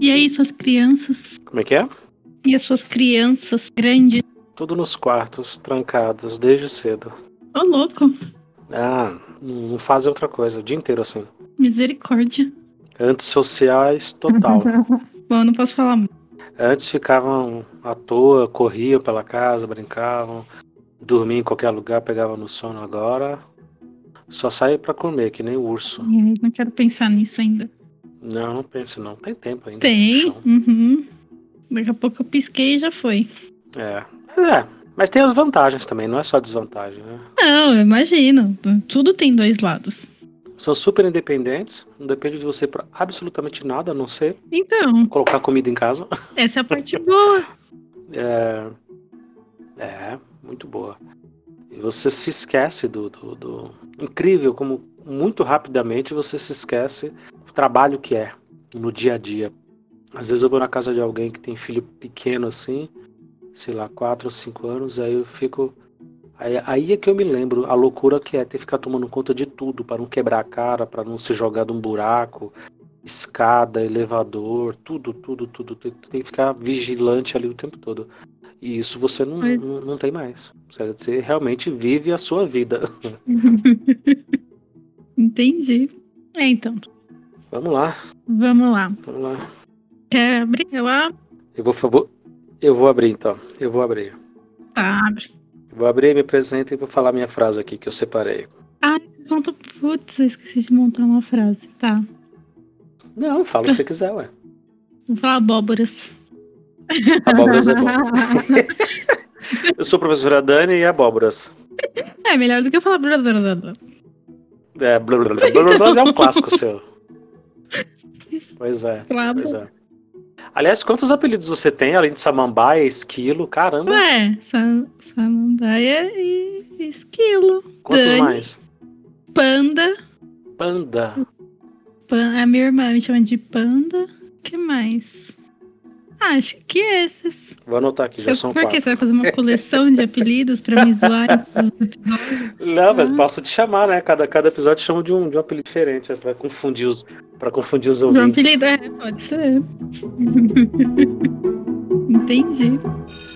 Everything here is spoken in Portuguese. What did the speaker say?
E aí, suas crianças? Como é que é? E as suas crianças grandes? Tudo nos quartos, trancados, desde cedo. Ô, louco. Ah, não fazem outra coisa, o dia inteiro assim. Misericórdia. Antissociais total. Bom, eu não posso falar muito. Antes ficavam à toa, corriam pela casa, brincavam, dormiam em qualquer lugar, pegavam no sono. Agora só sai pra comer, que nem urso. Ai, Não quero pensar nisso ainda. Não, não pense não. Tem tempo ainda. Tem. Chão. Uhum. Daqui a pouco eu pisquei e já foi. É. É, mas tem as vantagens também, não é só desvantagem, né? Não, eu imagino. Tudo tem dois lados. São super independentes, não depende de você pra absolutamente nada, a não ser Então, colocar comida em casa. essa é a parte boa. É, é muito boa. E você se esquece do, do, do- Incrível como muito rapidamente você se esquece do trabalho que é no dia a dia. Às vezes eu vou na casa de alguém que tem filho pequeno assim, sei lá, 4 ou 5 anos, aí eu fico. Aí, aí é que eu me lembro a loucura que é ter que ficar tomando conta de tudo, para não quebrar a cara, para não se jogar de um buraco, escada, elevador, tudo, tudo, tudo. Tem, tem que ficar vigilante ali o tempo todo. E isso você não, Mas- não, não tem mais. Você- Você realmente vive a sua vida. Entendi. É, então. Vamos lá, Vamos lá. vamos lá. Quer abrir? Eu abro. Eu vou, fa- vou- eu vou abrir então. Eu vou abrir. Tá, abre. Vou abrir, me apresento e vou falar minha frase aqui que eu separei. Conta- Putz, eu esqueci de montar uma frase. Tá. Não, fala o que você quiser, ué. Vou falar abóboras. Abóboras é bom. Eu sou a professora Dani e abóboras. É melhor do que eu falar. blá, blá, blá, blá. É, blá, blá, blá, blá, blá, é um clássico seu. Pois é, Falar pois é. Aliás, quantos apelidos você tem, além de samambaia, esquilo? Caramba, Ué, sa- samambaia e esquilo. quantos Dani. mais? Panda. Panda. pan- A minha irmã me chama de panda. que mais? Ah, Acho que esses. Vou anotar aqui, já Eu- são por que quatro. você vai fazer uma coleção de apelidos pra me zoar? em todos os episódios? Não, mas Ah. posso te chamar, né? Cada, cada episódio chama de um, de um apelido diferente, é, pra confundir os, pra confundir um os Meu ouvintes. apelido é, pode ser. Entendi.